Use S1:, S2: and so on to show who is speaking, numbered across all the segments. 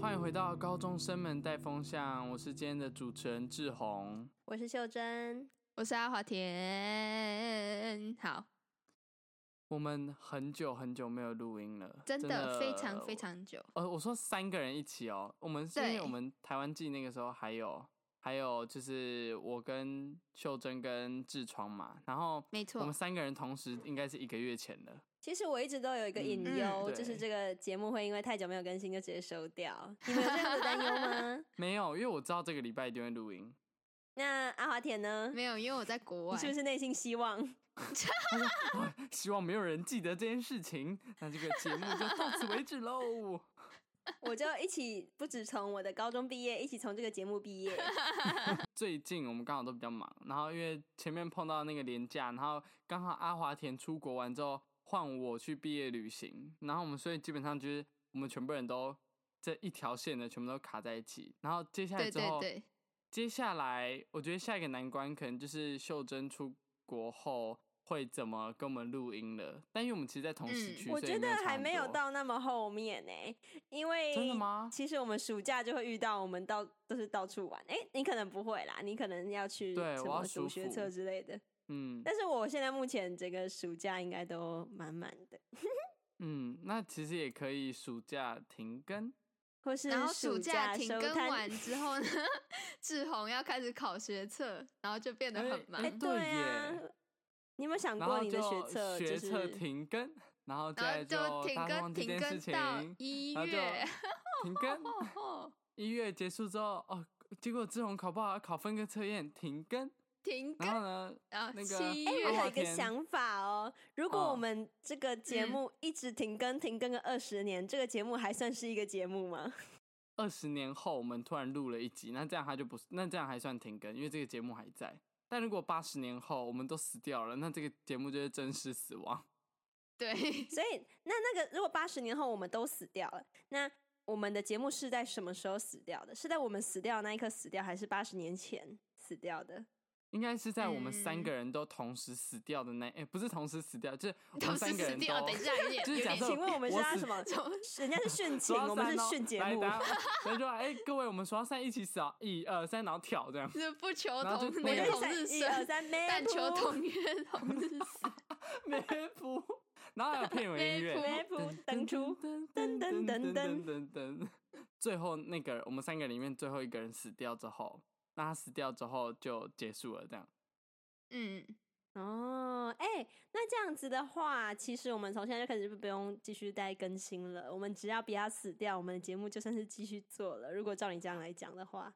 S1: 欢迎回到高中生们带风向，我是今天的主持人志宏。
S2: 我是秀珍，
S3: 我是阿华田。好，
S1: 我们很久很久没有录音了，
S3: 真的非常非。常久。
S1: 呃，我说三个人一起哦，我们是因
S3: 对
S1: 为我们台湾季那个时候还有还有就是我跟秀珍跟志床嘛，然后
S3: 没错
S1: 我们三个人同时应该是一个月前了。
S2: 其实我一直都有一个隐
S1: 嗯
S2: 忧，
S1: 对
S2: 就是这个节目会因为太久没有更新就直接收掉。你们有这样的担忧 吗？
S1: 没有，因为我知道这个礼拜一定会录音。
S2: 那阿华田呢？
S3: 没有，因为我在国
S2: 你
S3: 外，
S2: 是不是内心希望？
S1: 希望没有人记得这件事情。那这个节目就到此为止喽。
S2: 我就一起不止从我的高中毕业，一起从这个节目 毕业。
S1: 最近我们刚好都比较忙，然后因为前面碰到那个年假，然后刚好阿华田出国完之后换我去毕业旅行，然后我们所以基本上就是我们全部人都这一条线的全部都卡在一起。然后接下来
S3: 对
S1: 之
S3: 对
S1: 后，
S3: 对，
S1: 接下来我觉得下一个难关可能就是秀珍出国后。会怎么跟我们录音了？但因为我们其实，在同时
S3: 嗯
S1: 区、
S2: 我
S1: 所以
S2: 觉得
S1: 有差
S2: 还
S1: 很
S2: 没有
S1: 多
S2: 到那么后面呢、因为
S1: 真的吗
S2: 其实我们暑假就会遇到，我们到都是到处玩。哎、你可能不会啦，你可能要去
S1: 对
S2: 什
S1: 我要
S2: 么
S1: 暑
S2: 读学
S1: 辅
S2: 测之类的。
S1: 嗯，
S2: 但是我现在目前这个暑假应该都满满的。
S1: 嗯，那其实也可以暑假停更，
S2: 或是
S3: 然后暑
S2: 假
S3: 假停
S2: 收
S3: 更
S2: 摊
S3: 完之后呢，志宏要开始考学测，然后就变得很忙
S1: 哎。
S2: 哎、对
S1: 对
S2: 啊
S1: 耶，
S2: 你有没有想
S1: 然
S2: 过
S1: 后
S2: 你的学
S1: 就
S2: 测
S1: 学
S2: 就
S1: 测
S2: 是
S1: 停更，然后
S3: 然
S1: 再
S3: 后就停
S1: 大家都
S3: 更
S1: 忘记这
S3: 停
S1: 件事
S3: 更
S1: 情，
S3: 到
S1: 然
S3: 一
S1: 后就
S3: 月， 哦
S1: 停更，一月结束之后，哦，结果志宏考不好，考分科测验停更，
S3: 停
S1: 然后
S3: 更，
S1: 呢，
S3: 然后
S1: 那个
S3: 七
S2: 哎、
S1: 阿
S2: 我
S1: 华
S3: 月
S2: 有一个
S1: 田
S2: 想法哦，如果
S1: 哦嗯
S2: 我们这个节目一直停更，停更个二十年，这个节目还算是一个节目吗？
S1: 二十年后我们突然录了一集，那这样他就不是，那这样还算停更，因为这个节目还在。但如果八十年后我们都死掉了，那这个节目就是真实死亡。
S3: 对，
S2: 所以，那那个如果八十年后我们都死掉了，那我们的节目是在什么时候死掉的？是在我们死掉的那一刻死掉，还是八十年前死掉的？
S1: 应该是在我们三
S3: 嗯
S1: 个人都同时死掉的那，哎、不是同时死掉，就是我
S3: 同
S1: 们
S3: 时
S1: 三个
S3: 死
S1: 人都
S3: 掉，等一下有点
S1: 就是
S3: 有
S1: 假
S3: 点
S1: 设
S2: 请问我们是
S1: 我
S2: 在
S1: 死
S2: 什么？
S3: 从
S2: 人家是殉情，我们是
S1: 哦
S2: 殉节目。
S1: 所以说，哎、各位，我们数到三一起扫，一二三，然后跳这 样。
S3: 就是不求
S1: 然后
S3: 同
S1: 就
S3: 年
S1: 我
S3: 同日
S2: 一二
S3: 生，
S2: 三，
S3: 但求
S2: Maple
S3: 同月同日死。
S1: 梅普， 然后还有片尾音乐，
S2: 梅普登出
S1: 噔
S2: 噔噔噔噔
S1: 噔噔。最后那个我们三个里面最后一个人死掉之后，那他死掉之后就结束了，这样。
S3: 嗯，
S2: 哦，哎、那这样子的话，其实我们从现在就开始就不用继续再更新了。我们只要比他死掉，我们的节目就算是继续做了。如果照你这样来讲的话，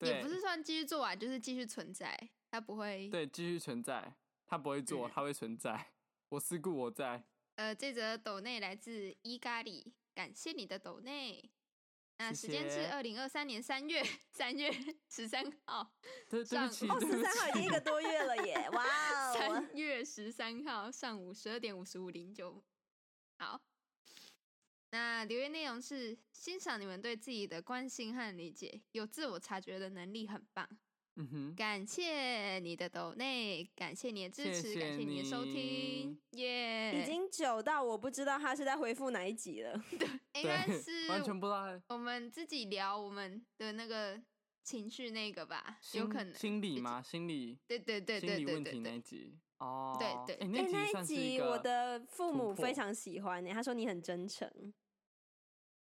S1: 对
S3: 也不是算继续做完，就是继续存在，它不会。
S1: 对，继续存在，他不会做，
S3: 嗯
S1: 他会存在。我思故我在，
S3: 呃，这则抖内来自伊咖喱，感谢你的抖内。那
S1: 谢
S3: 时间
S1: 谢
S3: 是二零二三年三月 三月十三号，
S1: 对对不
S3: 上
S1: 起，
S2: 哦，
S1: 嗯对
S2: 十
S1: 不
S2: 三号已经一
S1: 起，
S2: 个多月 了耶！哇哦，
S3: 三月十三号上午十二点五十五零九。好，那留言内容是欣赏你们对自己的关心和理解，有自我察觉的能力很棒。
S1: 嗯哼，
S3: 感谢你的抖内，感谢你的支持，
S1: 谢谢
S3: 感谢你的收听，耶、
S2: 已经久到我不知道他是在回复哪一集了。
S3: 应该
S1: 对，完全
S3: 是
S1: 不知道他
S3: 我们自己聊我们的那个情绪那个吧，有
S1: 心
S3: 可能
S1: 心理吗？心理
S3: 对对对
S1: 心
S3: 对
S1: 理
S3: 对
S1: 问题
S3: 对
S1: 那一
S3: 对，
S1: 集哦，
S3: 对对
S1: 哎
S2: 哎、
S1: 那集
S2: 那一
S1: 算是一
S2: 集
S1: 个
S2: 我的父
S1: 突
S2: 母
S1: 破
S2: 非常喜欢耶，他说你很真诚，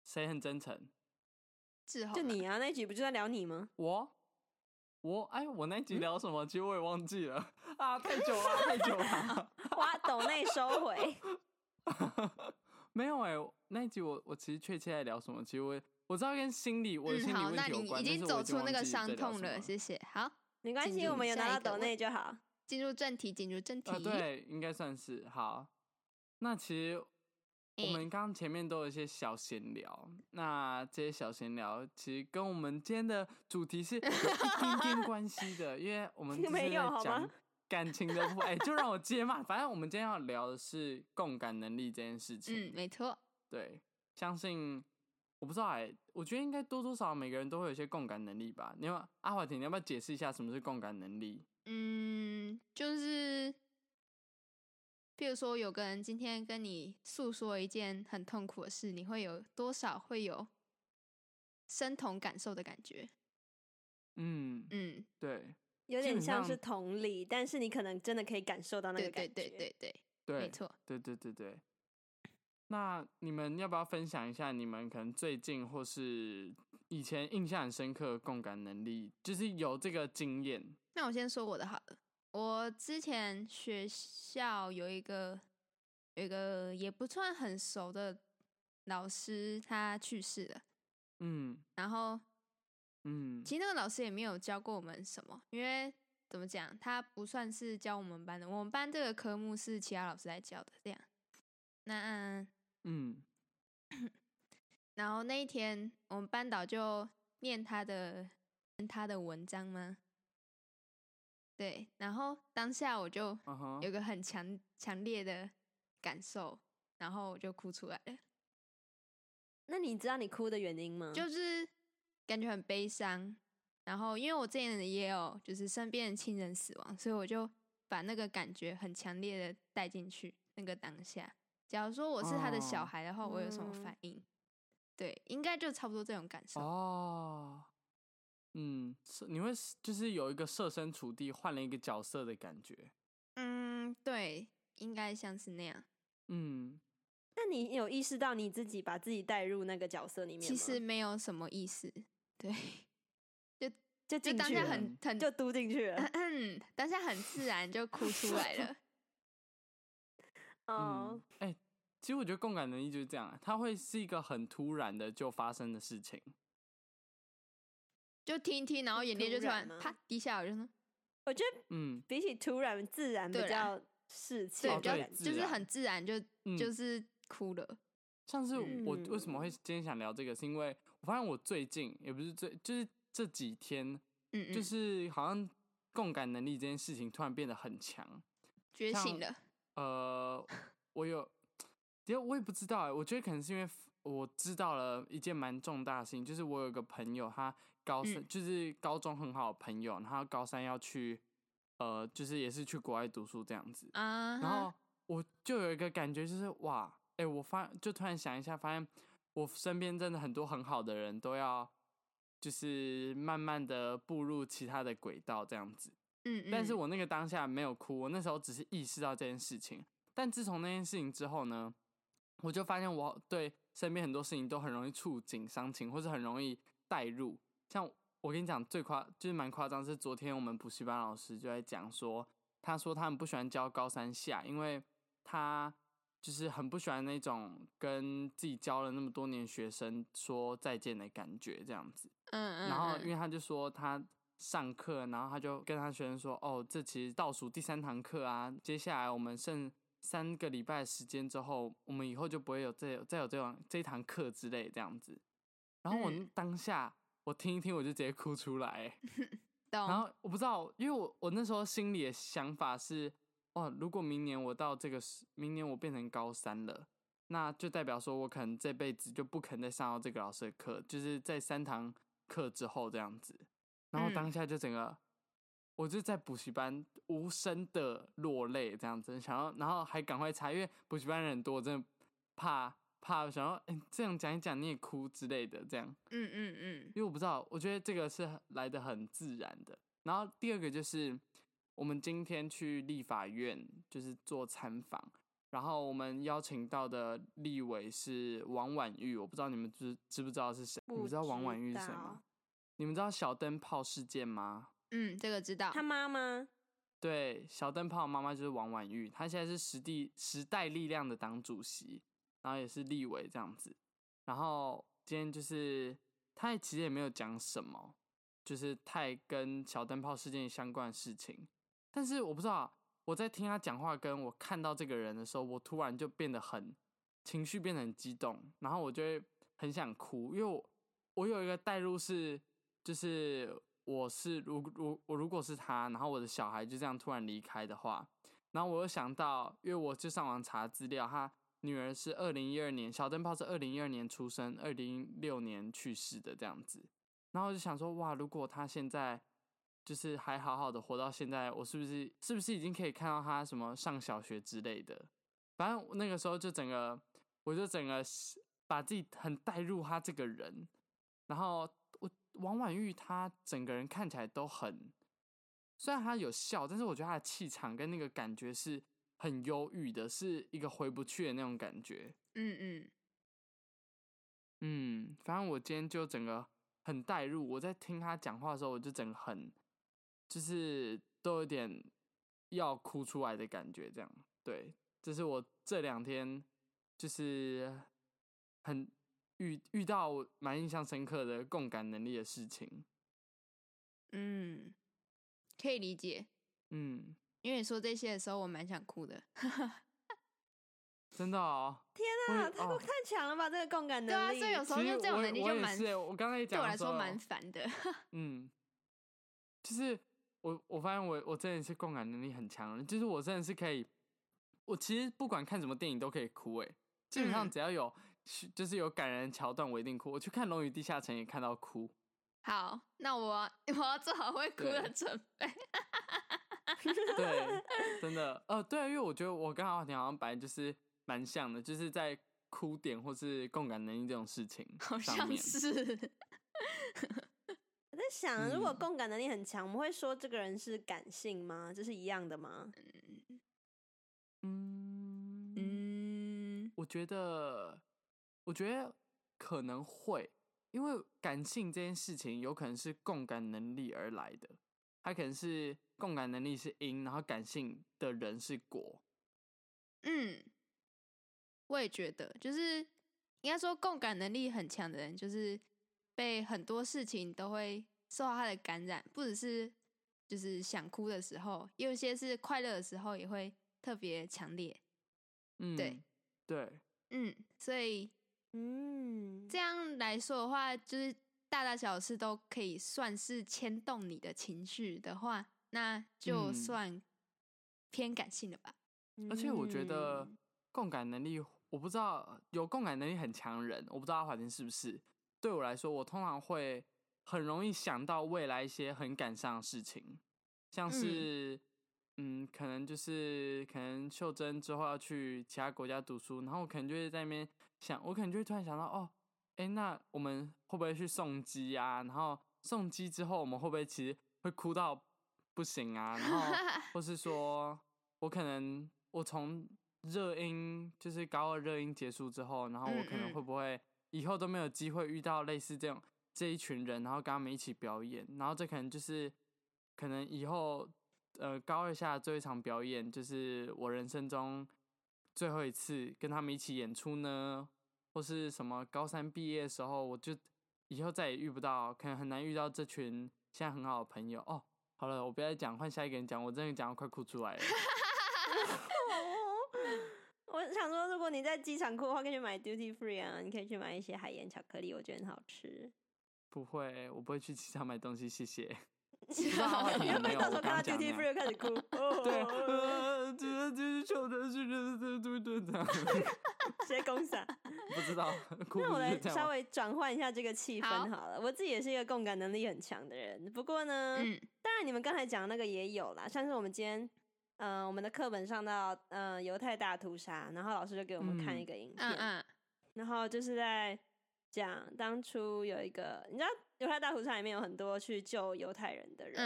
S1: 谁很真诚？
S3: 志宏
S2: 就
S3: 啊
S2: 你啊，那一集不就在聊你吗？
S1: 我我哎，我那
S2: 嗯
S1: 集聊什么？其实我也忘记了啊，太久了，太久 了。
S2: 哇，抖内收回，
S1: 没有哎、那一集我我其实确切在聊什么？其实我也我知道跟心理我的
S3: 嗯
S1: 心理
S3: 好，
S1: 问
S3: 那
S1: 题有
S3: 你
S1: 关，
S3: 已经
S1: 但是
S3: 走
S1: 我已
S3: 出那个
S1: 忘记在
S3: 伤
S1: 聊
S3: 痛
S1: 什么
S3: 了，谢谢。好，
S2: 没关
S3: 进
S2: 系，
S3: 入
S2: 我们有
S3: 下
S2: 拿
S3: 一
S2: 到
S3: 个
S2: 抖
S3: 问
S2: 内就好。
S3: 进入正题，进入正题，
S1: 呃，对，应该算是好。那其实我
S3: 哎
S1: 们刚刚前面都有一些小闲聊，那这些小闲聊其实跟我们今天的主题是有一点点关系的，因为 我们就是
S2: 没有
S1: 在
S2: 好
S1: 讲
S2: 吗
S1: 感情的部分，哎、就让我接嘛。反正我们今天要聊的是共感能力这件事情。
S3: 嗯，没错，
S1: 对，相信我不知道哎、我觉得应该多多少少每个人都会有一些共感能力吧。你要不要阿华田，你要不要解释一下什么是共感能力？
S3: 嗯，就是，比如说有个人今天跟你诉说一件很痛苦的事，你会有多少会有身同感受的感觉。
S1: 嗯，
S3: 嗯，
S1: 对
S2: 有点
S1: 本
S2: 像
S1: 上
S2: 是同理，但是你可能真的可以感受到那
S3: 对
S2: 个感
S3: 对
S2: 觉。
S3: 对对对，没
S1: 对
S3: 错。
S1: 对对对对。那你们要不要分享一下你们可能最近或是以前印象很深刻的共感能力，就是有这个经验？
S3: 那我先说我的好了。我之前学校有一个有一个也不算很熟的老师，他去世了。
S1: 嗯
S3: 然后
S1: 嗯
S3: 其实那个老师也没有教过我们什么，因为怎么讲，他不算是教我们班的，我们班这个科目是其他老师来教的。这样，那
S1: 嗯
S3: 然后那一天我们班导就念他的念他的文章吗？对，然后当下我就
S1: 啊哈
S3: 有个很强强烈的感受，然后我就哭出来了，
S2: 那你知道你哭的原因吗？
S3: 就是感觉很悲伤。然后因为我之前也有就是身边的亲人死亡，所以我就把那个感觉很强烈的带进去那个当下。假如说我是他的小
S1: 哦
S3: 孩的话，我有什么
S2: 嗯
S3: 反应？对，应该就差不多这种感受。
S1: 哦，嗯，是你会是就是有一个设身处地换了一个角色的感觉。
S3: 嗯，对，应该像是那样。
S1: 嗯，
S2: 那你有意识到你自己把自己带入那个角色里面
S3: 其
S2: 吗？
S3: 实没有什么意思，对，
S2: 就
S3: 就
S2: 进
S3: 当
S2: 去
S3: 下
S2: 了
S3: 很嗯很
S2: 就嘟进去了。
S3: 当下很自然就哭出来 了。
S2: 哦
S1: 嗯，，哎、其实我觉得共感能力就是这样啊，它会是一个很突然的就发生的事情。
S3: 就听一听，然后眼泪就
S2: 突
S3: 突然
S2: 然吗
S3: 啪滴下来，我就说，
S2: 我觉得
S1: 嗯
S2: 比起突然自然比
S3: 对啦
S2: 较事情
S3: 对，
S1: 哦
S3: 比较
S1: 对自
S3: 就是
S1: 然
S3: 很自然就
S1: 嗯，
S3: 就是哭了。
S1: 像是我为什么
S2: 嗯
S1: 会今天想聊这个，是因为我发现我最近也不是最，就是这几天，
S3: 嗯嗯，
S1: 就是好像共感能力这件事情突然变得很强。
S3: 觉
S1: 像
S3: 醒了。
S1: 呃，我有，其实我也不知道哎、我觉得可能是因为我知道了一件蛮重大的事情，就是我有一个朋友，他高三、
S3: 嗯
S1: 就是高中很好的朋友，然后高三要去，呃，就是也是去国外读书这样子，
S3: 啊
S1: 然
S3: 哈，
S1: 后我就有一个感觉，就是哇，哎、我发就突然想一下，发现我身边真的很多很好的人都要，就是慢慢的步入其他的轨道这样子。
S3: 嗯嗯，
S1: 但是我那个当下没有哭，我那时候只是意识到这件事情。但自从那件事情之后呢，我就发现我对身边很多事情都很容易触景伤情，或是很容易带入。像我跟你讲，最夸就是蛮夸张，是昨天我们补习班老师就在讲说，他说他们不喜欢教高三下，因为他就是很不喜欢那种跟自己教了那么多年学生说再见的感觉，这样子。
S3: 嗯嗯，
S1: 然后
S3: 嗯
S1: 因为他就说他上课，然后他就跟他学生说，哦，这其实倒数第三堂课啊，接下来我们剩三个礼拜的时间之后，我们以后就不会有再有再有这种这一堂课之类这样子。然后我
S3: 嗯
S1: 当下我听一听，我就直接哭出来、欸
S3: 懂，
S1: 然后我不知道，因为我我那时候心里的想法是，哦，如果明年我到这个时，明年我变成高三了，那就代表说我可能这辈子就不肯再上到这个老师的课，就是在三堂课之后这样子。然后
S3: 嗯
S1: 当下就整个，我就在补习班无声的落泪这样子，想要，然后还赶快擦，因为补习班人很多，我真的怕怕，想要，哎、这样讲一讲你也哭之类的这样。
S3: 嗯嗯嗯，
S1: 因为我不知道，我觉得这个是来的很自然的。然后第二个就是我们今天去立法院就是做参访，然后我们邀请到的立委是王婉玉，我不知道你们知知不知道是谁？你
S2: 不
S1: 们知道王
S2: 知
S1: 婉玉是谁
S2: 道
S1: 吗？你们知道小灯泡事件吗？
S3: 嗯，这个知道
S2: 他。妈妈
S1: 对，小灯泡妈妈就是王婉玉，她现在是时地时代力量的党主席，然后也是立委这样子。然后今天就是她也其实也没有讲什么，就是太跟小灯泡事件相关的事情。但是我不知道，我在听她讲话跟我看到这个人的时候，我突然就变得很情绪变得很激动，然后我就会很想哭，因为我我有一个代入是，就是我是如如我如果是他，然后我的小孩就这样突然离开的话，然后我又想到，因为我就上网查资料，他女儿是二零一二年，小灯泡是二零一二年出生，二零一六年去世的这样子，然后我就想说，哇，如果他现在就是还好好的活到现在，我是不是是不是已经可以看到他什么上小学之类的？反正我那个时候就整个，我就整个是把自己很带入他这个人，然后我王婉玉她整个人看起来都很，虽然她有笑，但是我觉得她的气场跟那个感觉是很忧郁的，是一个回不去的那种感觉。
S3: 嗯嗯，
S1: 嗯，反正我今天就整个很带入，我在听他讲话的时候，我就整个很，就是都有点要哭出来的感觉，这样。对，这是我这两天就是很遇遇到我蛮印象深刻的共感能力的事情。
S3: 嗯，可以理解。
S1: 嗯，
S3: 因为你说这些的时候，我蛮想哭的。
S1: 真的哦。天
S2: 啊，太过
S1: 哦
S2: 太强了吧，这个共感
S3: 对
S2: 能
S3: 啊，
S2: 力。
S3: 所以有时候
S1: 其
S3: 就
S1: 实
S3: 这种
S1: 我
S3: 能力
S1: 我
S3: 就
S1: 也
S3: 蛮，
S1: 是我刚才
S3: 对
S1: 讲
S3: 我
S1: 的
S3: 来
S1: 时
S3: 说
S1: 候
S3: 蛮烦的。
S1: 嗯，就是我我发现我我真的是共感能力很强的人，就是我真的是可以，我其实不管看什么电影都可以哭、欸，基本上
S3: 嗯
S1: 只要有就是有感人的桥段，我一定哭。我去看《龙与地下城》也看到哭，
S3: 好，那我我要 做好会哭的
S1: 对
S3: 准备。
S1: 对，真的，呃，对啊，因为我觉得我跟阿华田好像本来就是蛮像的，就是在哭点或是共感能力这种事情
S3: 好
S1: 上
S3: 像
S1: 面，
S3: 是，
S2: 我在想，如果
S1: 嗯
S2: 共感能力很强，我们会说这个人是感性吗？这是一样的吗？
S1: 嗯
S3: 嗯，
S1: 我觉得，我觉得可能会，因为感性这件事情有可能是共感能力而来的，它可能是共感能力是因，然后感性的人是果。
S3: 嗯，我也觉得，就是应该说共感能力很强的人，就是被很多事情都会受到他的感染，不只是就是想哭的时候，也有一些是快乐的时候也会特别强烈。
S1: 嗯，
S3: 对
S1: 对，
S3: 嗯，所以
S2: 嗯，
S3: 这样来说的话，就是大大小小事都可以算是牵动你的情绪的话，那就
S1: 嗯
S3: 算偏感性了吧。
S1: 而且我觉得
S2: 嗯
S1: 共感能力，我不知道有共感能力很强的人，我不知道阿华田是不是。对我来说，我通常会很容易想到未来一些很感伤的事情，像
S3: 嗯
S1: 是嗯可能就是可能秀珍之后要去其他国家读书，然后我可能就会在那边想，我可能就会突然想到，哦，哎、那我们会不会去送机啊？然后送机之后，我们会不会其实会哭到不行啊？然后或是说我可能我从热音就是高二热音结束之后，然后我可
S3: 嗯嗯
S1: 能会不会以后都没有机会遇到类似这种这一群人，然后跟他们一起表演，然后这可能就是可能以后呃高二下的最后一场表演，就是我人生中最后一次跟他们一起演出呢，或是什么高三毕业的时候，我就以后再也遇不到，可能很难遇到这群现在很好的朋友哦。好了，我不要再讲，换下一个人讲，我真的讲到快哭出来了。
S2: 我我想说，如果你在机场哭的话，可以去买 duty free 啊，你可以去买一些海盐巧克力，我觉得很好吃。
S1: 不会，我不会去机场买东西，谢 谢。道阿华田有
S2: 原
S1: 没
S2: 本
S1: 有
S2: 到时
S1: 我
S2: 候
S1: 刚刚
S2: 看到
S1: 讲
S2: duty
S1: 那
S2: free 就开 始哭，哦
S1: 对， 呃，这这求的是这这这这这样，
S2: 直接攻散。
S1: 不知道哭
S2: 那
S1: 不
S2: 我来
S1: 是这样
S2: 稍
S1: 吗。
S2: 微转换一下这个气氛
S3: 好
S2: 好了。我自己也是一个共感能力很强的人，不过呢，
S3: 嗯，
S2: 当然你们刚才讲的那个也有啦，像是我们今天。呃，我们的课本上到呃犹太大屠杀，然后老师就给我们看
S1: 嗯
S2: 一个影片，
S3: 嗯嗯，
S2: 然后就是在讲当初有一个，你知道犹太大屠杀里面有很多去救犹太人的人，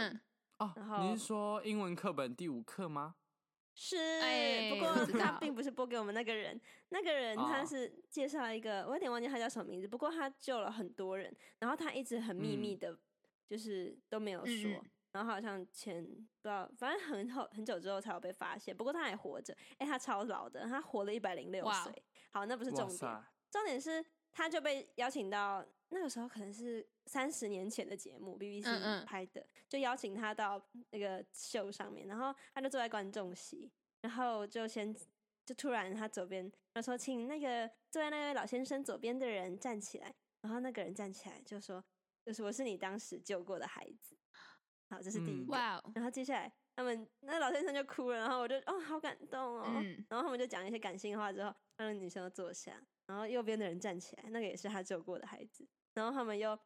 S3: 嗯，
S2: 然
S1: 哦，
S2: 后
S1: 你是说英文课本第五课吗？
S2: 是，
S3: 哎
S2: 不
S3: 我
S2: 过
S3: 知
S2: 他
S3: 道
S2: 并不是播给我们那个人，那个人他
S1: 哦
S2: 是介绍一个，我有点忘记他叫什么名字，不过他救了很多人，然后他一直很秘密的，就是都没有
S3: 嗯
S2: 说。
S3: 嗯
S2: 然后好像前不知道，反正很后很久之后才有被发现。不过他还活着，哎，他超老的，他活了一百零六
S3: 哇哦
S2: 岁。好，那不是
S1: 哇
S2: 重点，
S1: 塞，
S2: 重点是他就被邀请到那个时候可能是三十年前的节
S3: 嗯
S2: 目
S3: 嗯
S2: ，BBC 拍的，就邀请他到那个秀上面，然后他就坐在观众席，然后就先就突然他左边他说请那个坐在那位老先生左边的人站起来，然后那个人站起来就说就是我是你当时救过的孩子，好，这是第一
S1: 嗯
S2: 个，
S3: 哇哦，
S2: 然后接下来他们那老先生就哭了，然后我就哦好感动哦，
S3: 嗯
S2: 然后他们就讲一些感性的话之后，让女生都坐下，然后右边的人站起来，那个也是他救过的孩子。然后他们又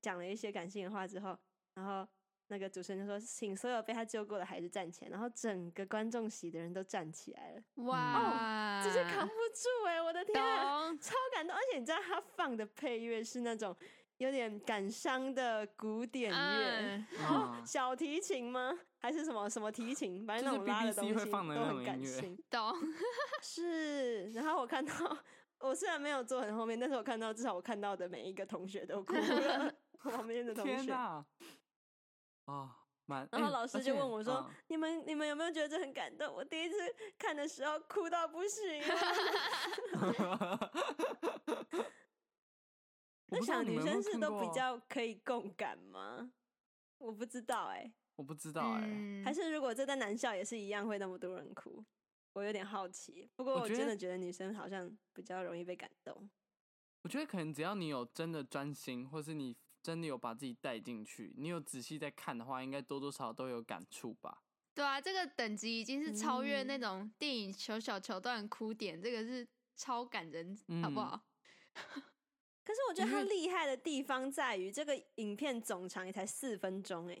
S2: 讲了一些感性的话之后，然后那个主持人就说：“请所有被他救过的孩子站起来。”然后整个观众席的人都站起来了，
S3: 哇，
S2: 这是扛不住哎、我的天、啊，
S3: 懂，
S2: 超感动！而且你知道他放的配乐是那种有点感伤的古典乐，
S3: 嗯，
S1: 啊，
S2: 小提琴吗？还是什么什么提琴？反正
S1: 就
S2: 那
S1: 是
S2: 种拉的
S1: BBC
S2: 东西
S1: 会放的
S2: 都
S1: 那
S2: 很
S1: 种
S2: 感
S1: 音乐
S2: 性。
S3: 懂。
S2: 是，然后我看到，我虽然没有坐很后面，但是我看到至少我看到的每一个同学都哭 了，我旁边的同
S1: 天
S2: 学。
S1: 哪！啊，蛮。
S2: 然后
S1: 哎
S2: 老师就问我说：“
S1: 而且
S2: 你们你们有没有觉得这很感动？我第一次看的时候哭到 不行啊、
S1: 嗯我
S2: 我
S1: 不知道
S2: 想
S1: 你
S2: 女
S1: 们有没有
S2: 生是
S1: 看
S2: 都
S1: 过
S2: 比
S1: 啊，
S2: 较可以共感吗？我不知道哎、
S1: 我不知道哎，
S3: 嗯
S2: 还是如果这在男校也是一样会那么多人哭，我有点好奇。不过
S1: 我
S2: 我
S1: 觉
S2: 真
S1: 得
S2: 的觉得女生好像比较容易被感动。
S1: 我觉得可能只要你有真的专心，或是你真的有把自己带进去，你有仔细在看的话，应该多多少少都有感触吧。
S3: 对啊，这个等级已经是超越那种电影小小桥段哭点，这个是超感人，好不
S1: 嗯
S3: 好？
S2: 可是我觉得
S1: 因
S2: 它
S1: 为
S2: 厉害的地方在于，这个影片总长也才四分钟哎、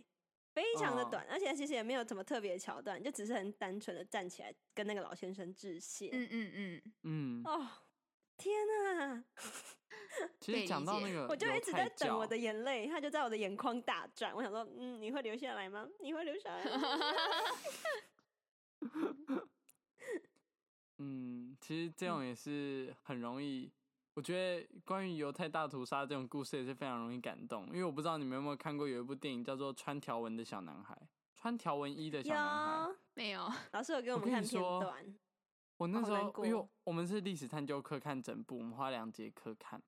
S2: 非常的
S1: 哦
S2: 短，而且其实也没有什么特别的桥段，就只是很单纯的站起来跟那个老先生致谢。
S3: 嗯嗯嗯，
S1: 嗯，
S2: 哦，天哪、
S1: 其
S3: 可以
S1: 实讲
S3: 理
S1: 到
S3: 解
S1: 那个，
S2: 我就一直在等我的。眼泪，它就在我的眼眶打转。我想说，嗯，你会留下来吗？你会留下来吗？
S1: 嗯，其实这种也是很容易。我觉得关于犹太大屠杀这种故事也是非常容易感动，因为我不知道你们有没有看过有一部电影叫做《穿条纹的小男孩》，穿条纹衣的小男孩。
S2: 有，
S3: 没有，
S2: 老师有给
S1: 我
S2: 我们
S1: 跟
S2: 看
S1: 你
S2: 片
S1: 说
S2: 段，
S1: 我那
S2: 好
S1: 时
S2: 难
S1: 候
S2: 过
S1: 因为我们是历史探究课看整部，我们花两节课看。
S3: 嗯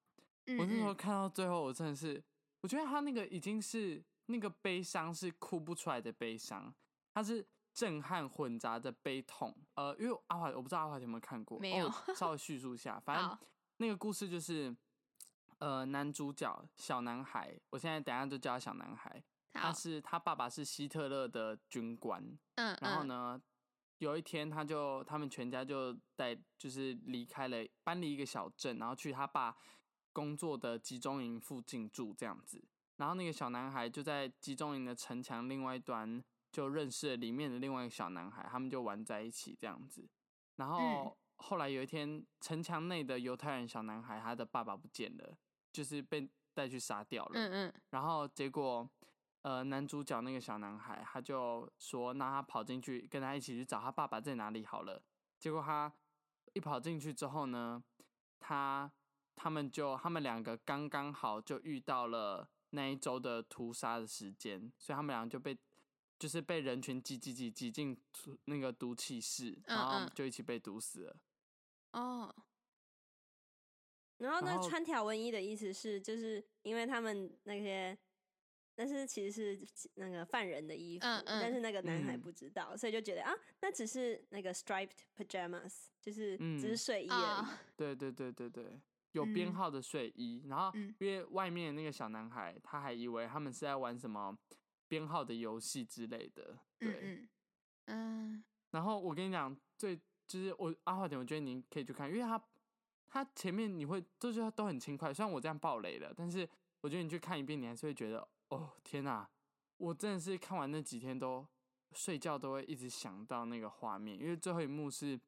S1: 我那时候
S3: 嗯，
S1: 看到最后，我真的是，我觉得他那个已经是那个悲伤是哭不出来的悲伤，他是震撼混杂着悲痛。呃，因为阿华我不知道阿华有没有看过，
S3: 没
S1: 哦
S3: 有
S1: 我稍微叙述一下，反正
S3: 好，
S1: 那个故事就是，呃，男主角小男孩，我现在等一下就叫他小男孩，他
S3: 好，
S1: 是他爸爸是希特勒的军官，
S3: 嗯
S1: 然后
S3: 嗯
S1: 呢，有一天他就他们全家就带就是离开了，搬离一个小镇，然后去他爸工作的集中营附近住这样子。然后那个小男孩就在集中营的城墙另外一端就认识了里面的另外一个小男孩，他们就玩在一起这样子。然后后来有一天，城墙内的犹太人小男孩他的爸爸不见了，就是被带去杀掉了。
S3: 嗯嗯，
S1: 然后结果，呃，男主角那个小男孩他就说，那他跑进去跟他一起去找他爸爸在哪里好了。结果他一跑进去之后呢，他他们就他们两个刚刚好就遇到了那一周的屠杀的时间，所以他们两个就被就是被人群挤挤挤挤进屠那个毒气室，
S3: 嗯
S1: 然后
S3: 嗯
S1: 就一起被毒死了。
S3: 哦，
S2: 然后那
S1: 然
S2: 个
S1: 后
S2: 穿条纹衣的意思是，就是因为他们那些，但是其实是那个犯人的衣服，
S3: 嗯嗯
S2: 但是那个男孩
S1: 嗯
S2: 不知道，所以就觉得啊，那只是那个 striped pajamas，就是只是
S1: 嗯
S2: 睡衣而已。
S3: 啊，
S1: 对对对对对，有编
S3: 嗯
S1: 号的睡衣。然后
S3: 嗯
S1: 因为外面那个小男孩，他还以为他们是在玩什么编号的游戏之类的。对，
S3: 嗯嗯嗯，
S1: 然后我跟你讲，最就是我阿华田，我觉得你可以去看，因为他他前面你会就是他都很轻快，虽然我这样爆雷了，但是我觉得你去看一遍，你还是会觉得哦天哪、我真的是看完那几天都睡觉都会一直想到那个画面，因为最后一幕是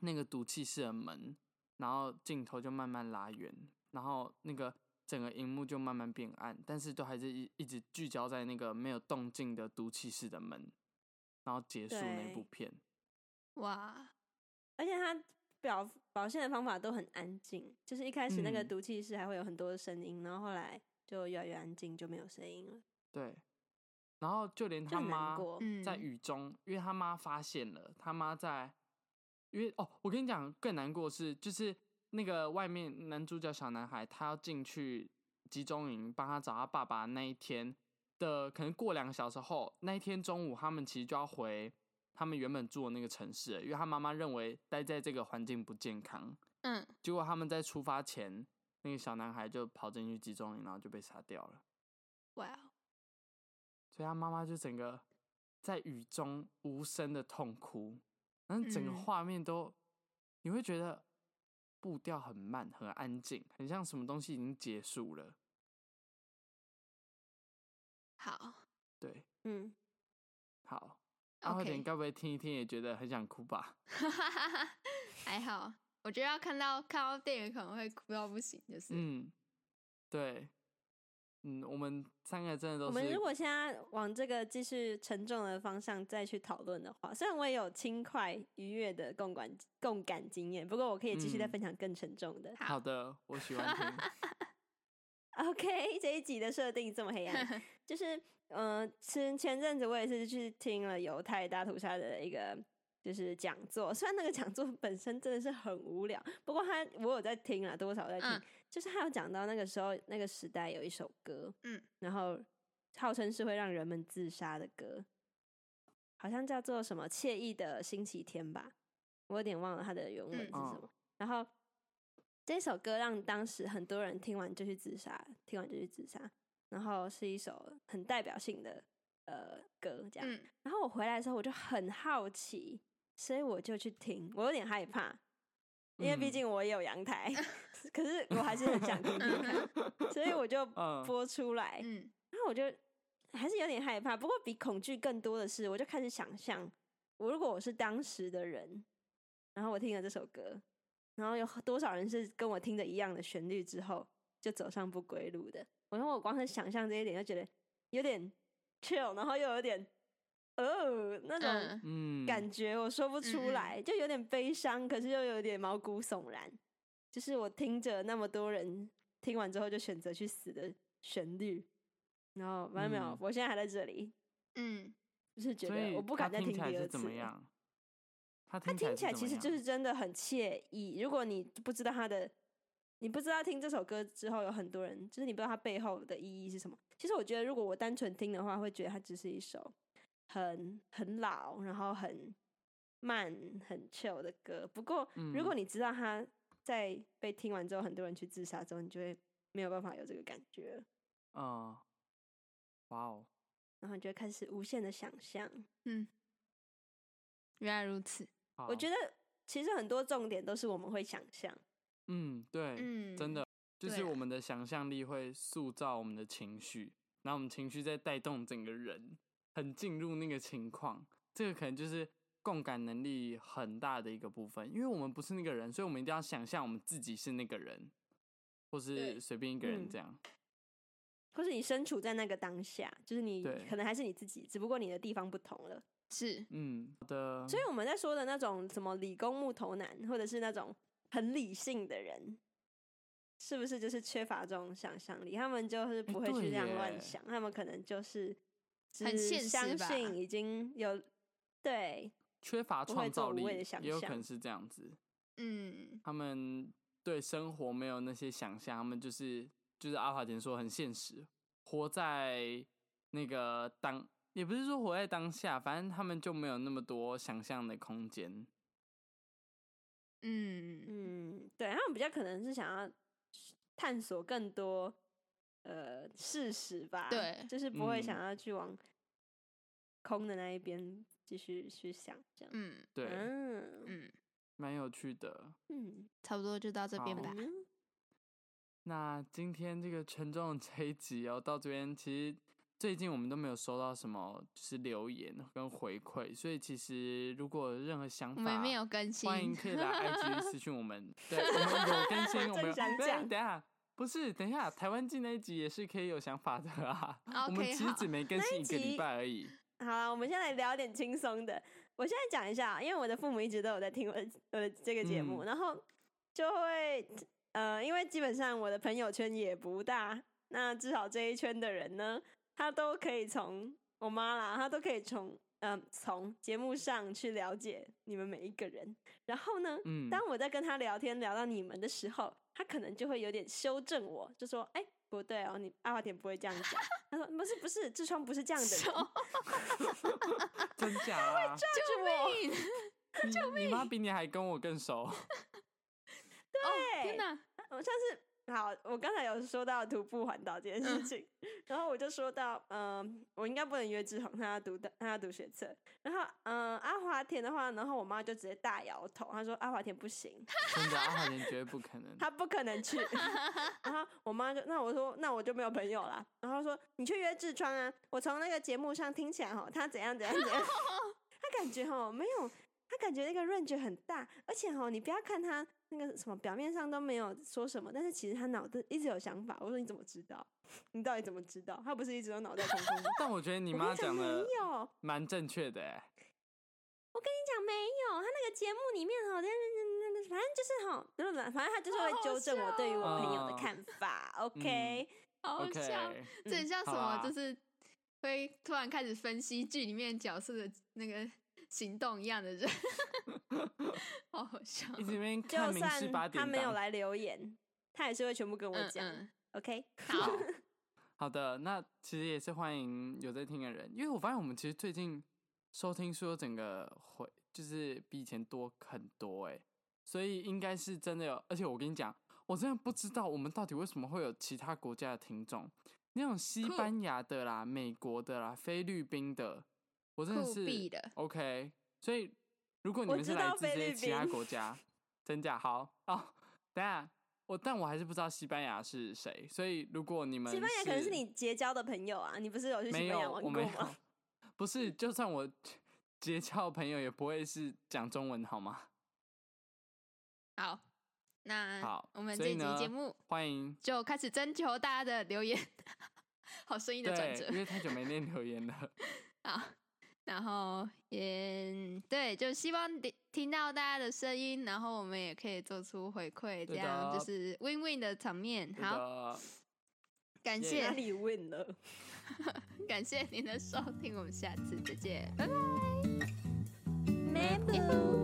S1: 那个毒气室的门，然后镜头就慢慢拉远，然后那个整个荧幕就慢慢变暗，但是都还是一一直聚焦在那个没有动静的毒气室的门，然后结束那部
S2: 对
S1: 片。
S3: 哇，
S2: 而且它表表现的方法都很安静，就是一开始那个
S1: 嗯
S2: 毒气室还会有很多声音，然后后来就越来越安静，就没有声音了，
S1: 对，然后就连
S2: 就
S1: 他
S2: 很难
S1: 妈
S2: 过。
S3: 嗯，
S1: 在雨中，因为他妈发现了，他妈在，因为哦，我跟你讲，更难过的是就是那个外面男主角小男孩，他要进去集中营帮他找他爸爸那一天的，可能过两个小时后，那一天中午他们其实就要回他们原本住的那个城市了，因为他妈妈认为待在这个环境不健康，
S3: 嗯，
S1: 结果他们在出发前，那个小男孩就跑进去集中营，然后就被杀掉了。
S3: 哇哦，
S1: 所以他妈妈就整个在雨中无声的痛哭，然后整个
S3: 嗯
S1: 画面都、你会觉得步调很慢，很安静，很像什么东西已经结束了。
S3: 好
S1: 对，
S2: 嗯，
S1: 好，阿慧点
S3: ，OK，
S1: 该不会听一听也觉得很想哭吧？
S3: 还好，
S1: 嗯
S3: 我觉得要看到看到电影可能会哭到不行，就是，
S1: 嗯，对，嗯，我们三个真的
S2: 我
S1: 都
S2: 们
S1: 是
S2: 如果现在往这个继续沉重的方向再去讨论的话，虽然我也有轻快愉悦的共感共感经验，不过我可以继续再
S1: 嗯
S2: 分享更沉重的。
S1: 好的，我喜欢听。
S2: OK，这一集的设定这么黑暗， 就是嗯，前、前阵子我也是去听了犹太大屠杀的一个就是讲座，虽然那个讲座本身真的是很无聊，不过他我有在听啊，多少在听，
S3: 嗯
S2: 就是他有讲到那个时候那个时代有一首歌，
S3: 嗯，
S2: 然后号称是会让人们自杀的歌，好像叫做什么《惬意的星期天》吧，我有点忘了它的原文
S3: 嗯
S2: 是什么。然后这首歌让当时很多人听完就去自杀，听完就去自杀，然后是一首很代表性的呃歌，这样。
S3: 嗯，
S2: 然后我回来的时候我就很好奇，所以我就去听，我有点害怕，因为毕
S1: 嗯
S2: 竟我也有阳台， 可是我还是很想听听看，所以我就
S1: 嗯
S2: 播出来，
S3: 嗯
S2: 然后我就还是有点害怕。不过比恐惧更多的是，我就开始想象，我如果我是当时的人，然后我听了这首歌，然后有多少人是跟我听着一样的旋律之后就走上不归路的？我说我光是想象这一点就觉得有点 chill，然后又有点哦那种
S3: 嗯
S1: 嗯，
S2: 感觉，我说不
S3: 嗯
S2: 出
S3: 嗯
S2: 来，就有点悲伤，可是又有点毛骨悚然。就是我听着那么多人听完之后就选择去死的旋律，然后完没有，
S1: 嗯
S2: 我现在还在这里，
S3: 嗯，
S2: 就是觉
S1: 所以
S2: 得我不敢
S1: 它
S2: 再
S1: 听
S2: 听
S1: 起
S2: 第
S1: 来
S2: 二
S1: 是
S2: 次
S1: 怎么
S2: 了。
S1: 样？他
S2: 它听起来
S1: 怎
S2: 其
S1: 么
S2: 实就
S1: 样
S2: 是真的很惬意。如果你不知道它的，你不知道听这首歌之后有很多人，就是你不知道它背后的意义是什么。其实我觉得，如果我单纯听的话，会觉得它只是一首很很老，然后很慢、很 chill 的歌。不过，如果你知道它在被听完之后，很多人去自杀之后，你就会没有办法有这个感觉，
S1: 嗯，哇哦，
S2: 然后你就会开始无限的想象。
S3: 原来如此。
S2: 我觉
S1: 得
S2: 得其实很多重点都是我们会想象。
S1: 嗯，对，
S3: 嗯，
S1: 真的就
S3: 对
S1: 是
S3: 啊
S1: 我们的想象力会塑造我们的情绪，然后我们情绪再带动整个人，很进入那个情况。这个可能就是共感能力很大的一个部分，因为我们不是那个人，所以我们一定要想象我们自己是那个人，或是
S3: 对
S1: 随便一个人
S2: 嗯
S1: 这样。
S2: 或是你身处在那个当下，就是你
S1: 对
S2: 可能还是你自己，只不过你的地方不同了。
S3: 是，
S1: 嗯，好的。
S2: 所以我们在说的那种什么理工木头男，或者是那种很理性的人，是不是就是缺乏这种想象力？他们就是不会
S1: 哎对
S2: 去这样
S1: 耶
S2: 乱想，他们可能就是只
S3: 很现实
S2: 相
S3: 吧
S2: 信已经有对
S1: 缺乏
S2: 不会
S1: 创
S2: 做
S1: 造
S2: 无
S1: 力
S2: 谓的想，
S1: 也有可
S2: 象
S1: 能是这样子。
S3: 嗯
S1: 他们对生活没有那些想象，他们就是就是阿华田说很现实，活在那个当，也不是说活在当下，反正他们就没有那么多想象的空间。
S3: 嗯
S2: 嗯，对他们比较可能是想要探索更多呃事实吧，
S3: 对
S2: 就是不会
S1: 嗯
S2: 想要去往空的那一边继续去想这样。
S3: 嗯
S1: 对，
S2: 嗯
S3: 嗯，
S1: 蛮有趣的。
S2: 嗯，
S3: 差不多就到这边
S1: 好
S3: 吧。
S2: 嗯
S1: 那今天这个沉重的这一集哦，到这边其实最近我们都没有收到什么就是留言跟回馈，所以其实如果有任何想
S3: 我
S1: 法，
S3: 们没有更新，
S1: 欢迎可以 来 IG 私讯我们。对，我们有更新，我们有。
S2: 正想
S1: 对，
S2: 讲
S1: 等一下不是，等一下台湾进那一集也是可以有想法的啊。我们
S3: OK，
S1: 其实
S3: 好
S1: 只没更新一个
S2: 那一
S1: 礼
S2: 集
S1: 拜而已。
S2: 好啦，我们先来聊点轻松的。我现在讲一下，因为我的父母一直都有在听我的我的这个节目，
S1: 嗯
S2: 然后就会呃，因为基本上我的朋友圈也不大，那至少这一圈的人呢，他都可以从我妈啦，他都可以从嗯、从节目上去了解你们每一个人。然后呢，
S1: 嗯，
S2: 当我在跟他聊天聊到你们的时候，他可能就会有点修正我，就说：“哎、不对哦，你阿华田不会这样讲。”他说：“不是不是，痔疮不是这样的人。”
S1: 真假啊？
S3: 救命！
S1: 你你妈比你还跟我更熟。
S3: 哦，
S2: 对
S3: 天哪！
S2: 我上次好，我刚才有说到徒步环岛这件事情，然后我就说到，嗯、我应该不能约志宏，他要读的，他要读学测。然后，嗯、阿华田的话，然后我妈就直接大摇头，她说阿华田不行，
S1: 真的，阿啊华田绝对不可能。？
S2: 他不可能去。然后我妈就，那我说，那我就没有朋友啦。然后她说你去约痔疮啊，我从那个节目上听起来哈，他怎样怎样怎样，他感觉哈没有，他感觉那个 range 很大，而且哈，你不要看他那个什么表面上都没有说什么，但是其实他脑子一直有想法。我说你怎么知道？ 你到底怎么知道？他不是一直都脑袋空空的
S1: 但我觉得你
S2: 我跟
S1: 妈
S2: 你讲
S1: 讲
S2: 没
S1: 的
S2: 有，我
S1: 蛮正确的、欸，
S2: 跟你讲没有，他那个节目里面哈，那那那反正就是哈，反正他就是
S3: 好
S2: 会
S3: 好
S2: 纠正我对于我朋友
S1: 笑哦嗯
S2: 的看 法。OK，哦
S3: 好
S1: OK，嗯
S3: 笑，这很像什
S1: 好啊
S3: 么？
S1: 啦
S3: 就是会突然开始分析剧里面角色的那个行动一样的 人， 好好笑。
S1: 一直在那边
S2: 就
S1: 看明示八
S2: 算
S1: 点
S2: 他没有
S1: 档。
S2: 来留言，他也是会全部跟我
S3: 嗯
S2: 讲。
S3: 嗯，
S2: OK，
S3: 好，
S1: 好的，那其实也是欢迎有在听的人，因为我发现我们其实最近收听数整个回就是比以前多很多哎、所以应该是真的有。而且我跟你讲，我真的不知道我们到底为什么会有其他国家的听众，那种西
S3: 酷
S1: 班牙的啦、美国的啦、菲律宾的，我真的
S3: 酷毙
S1: 是
S3: 的
S1: OK。所以如果你
S2: 我
S1: 们是
S2: 知
S1: 来
S2: 道
S1: 自这
S2: 菲
S1: 些
S2: 律
S1: 其他
S2: 宾
S1: 国家，真假好哦，等一下。我但我还是不知道西班牙是谁，所以如果你们
S2: 西班牙可能是你结交的朋友啊，你不是有去
S1: 没
S2: 西
S1: 有，
S2: 班牙玩
S1: 我
S2: 过
S1: 没
S2: 吗
S1: 有？， 不是，就算我结交朋友也不会是讲中文好吗？
S3: 好，那
S1: 好
S3: 我们
S1: 所
S3: 这
S1: 以
S3: 一集
S1: 呢
S3: 节目
S1: 欢迎
S3: 就开始征求大家的留言， 好声音的转
S1: 对，
S3: 折
S1: 因。为太久没念留言 了，
S3: 好，然后也对，就希望听听到大家的声音，然后我们也可以做出回馈，这
S1: 对
S3: 样
S1: 的
S3: 就是 win win 的场面。
S1: 真
S3: 好，
S1: 的，
S3: 感
S1: 耶
S3: 谢
S2: 哪里问了？
S3: 感谢您的收听，我们下次再见，拜拜。
S2: Maple.